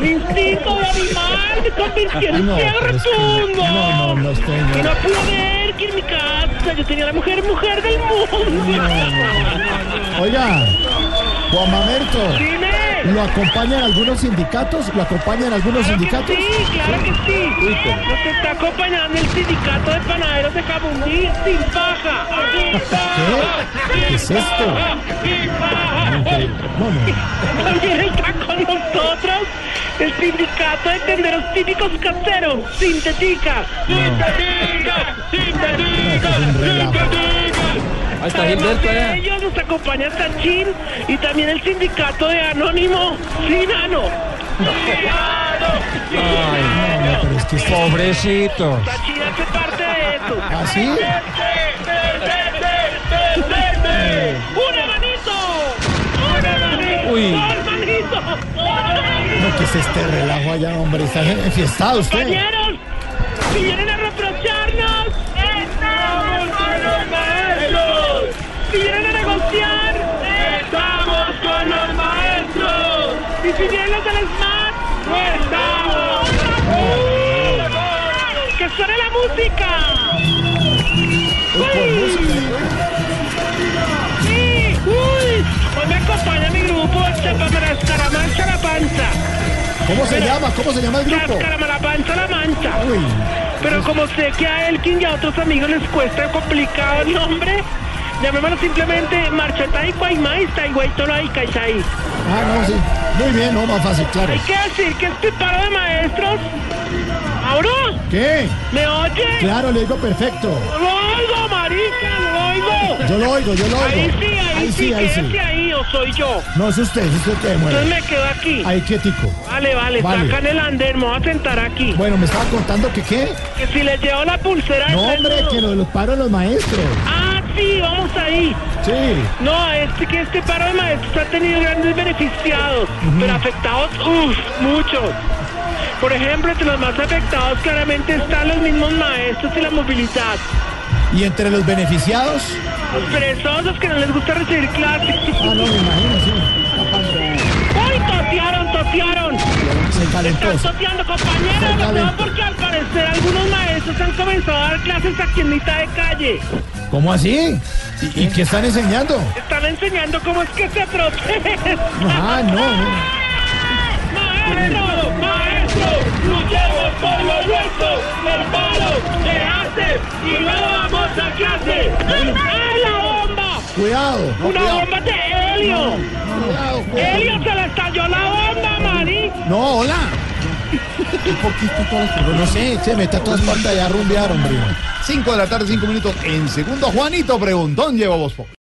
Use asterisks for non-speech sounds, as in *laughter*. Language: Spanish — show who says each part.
Speaker 1: Mi instinto de animal se convirtió en
Speaker 2: No,
Speaker 1: cierto
Speaker 2: pero es que no.
Speaker 1: mundo.
Speaker 2: No, no, no, usted no.
Speaker 1: Y no pude ver que en mi casa yo tenía la mujer, mujer del mundo.
Speaker 2: Oiga, Juan Mamerto,
Speaker 1: Dime.
Speaker 2: ¿lo acompañan algunos sindicatos? ¿Lo acompañan algunos
Speaker 1: Claro que
Speaker 2: sindicatos?
Speaker 1: sí, claro que sí. Nos está acompañando el sindicato de panaderos de Cabundí sin paja. Sin paja,
Speaker 2: ¿Qué? ¿Qué es
Speaker 1: sin
Speaker 2: esto?
Speaker 1: paja, sin paja.
Speaker 2: No, no.
Speaker 1: También está con nosotros el sindicato de tenderos típicos caseros, Sintetica. Sintetica, Sintetica,
Speaker 2: No, esto es un relajo.
Speaker 1: Ahí está Gilberto ellos nos acompaña Tachín y también el sindicato de Anónimo Sinano.
Speaker 2: No, no, pero es que está-
Speaker 3: Pobrecito.
Speaker 1: Tachín hace parte de esto.
Speaker 2: *laughs* ¿Ah, sí?
Speaker 1: ¡Una manito! ¡Una manito!
Speaker 3: Uy.
Speaker 1: ¡Dos manitos!
Speaker 2: No, que es este relajo allá, hombre. Está enfiestado usted.
Speaker 1: Compañeros, si vienen a reprocharnos, estamos con los maestros. Si vienen a negociar, estamos con los maestros. Y si vienen los del SMAT, no estamos. ¡Uh! ¡Que suene la música! ¡Uy! ¡Sí! ¡Uy! Hoy me acompaña mi grupo, Chapamara Escaramancha La Pancha.
Speaker 2: ¿Cómo se llama? ¿Cómo se llama el grupo?
Speaker 1: Chascarama La Pancha La Mancha.
Speaker 2: Uy.
Speaker 1: Pero como sé que a Elkin y a otros amigos les cuesta complicado el nombre, llamémoslo simplemente Marchetay, Guaymay, Taiguay, Toloay, Caixay.
Speaker 2: Ah, no, sí. Muy bien, no, más fácil, claro.
Speaker 1: Hay que decir que este paro de maestros. ¿Auro?
Speaker 2: ¿Qué?
Speaker 1: ¿Me oye?
Speaker 2: Claro, le digo perfecto.
Speaker 1: ¡Lo oigo, marica! ¡Lo oigo!
Speaker 2: Yo lo oigo, yo lo oigo.
Speaker 1: Ahí sí, ahí, sí,
Speaker 2: ahí
Speaker 1: quédese
Speaker 2: sí.
Speaker 1: ahí o soy yo.
Speaker 2: No, es usted, es usted que me
Speaker 1: Entonces
Speaker 2: muere.
Speaker 1: me quedo aquí.
Speaker 2: Ahí quietico.
Speaker 1: Vale, vale,
Speaker 2: Vale.
Speaker 1: sacan el andén, me voy a sentar aquí.
Speaker 2: Bueno, me estaba contando que qué.
Speaker 1: Que si les llevo la pulsera...
Speaker 2: No,
Speaker 1: de
Speaker 2: hombre,
Speaker 1: saludo.
Speaker 2: que lo de los paros los maestros.
Speaker 1: Ah, sí, vamos ahí.
Speaker 2: Sí.
Speaker 1: No, este que este paro de maestros ha tenido grandes beneficiados, pero afectados, uff, muchos. Por ejemplo, entre los más afectados claramente están los mismos maestros y la movilidad.
Speaker 2: ¿Y entre los beneficiados?
Speaker 1: Los perezosos que no les gusta recibir clases.
Speaker 2: Ah, no, me imagino, sí.
Speaker 1: ¡Uy, totearon, totearon.
Speaker 2: Se calentó.
Speaker 1: Están toteando, compañeros.
Speaker 2: Está
Speaker 1: Lo peor
Speaker 2: lento.
Speaker 1: porque al parecer algunos maestros han comenzado a dar clases aquí en mitad de calle.
Speaker 2: ¿Cómo así? ¿Y, y qué están enseñando?
Speaker 1: Están enseñando cómo es que se protege.
Speaker 2: Ah, no, no.
Speaker 1: Maestro, maestro, luchemos por lo nuestro. El paro se hace y no vamos a clase. ¡Ah, la bomba!
Speaker 2: Cuidado. no,
Speaker 1: ¡Una
Speaker 2: cuidado.
Speaker 1: bomba de Helio!
Speaker 2: Cuidado, cuidado.
Speaker 1: ¡Helio se le estalló la bomba, maní!
Speaker 2: No, hola. Un poquito todas, pero no sé, se mete a todas partes allá a rumbear, hombre.
Speaker 3: 5 de la tarde, 5 minutos. En segundo, Juanito Preguntón lleva vos.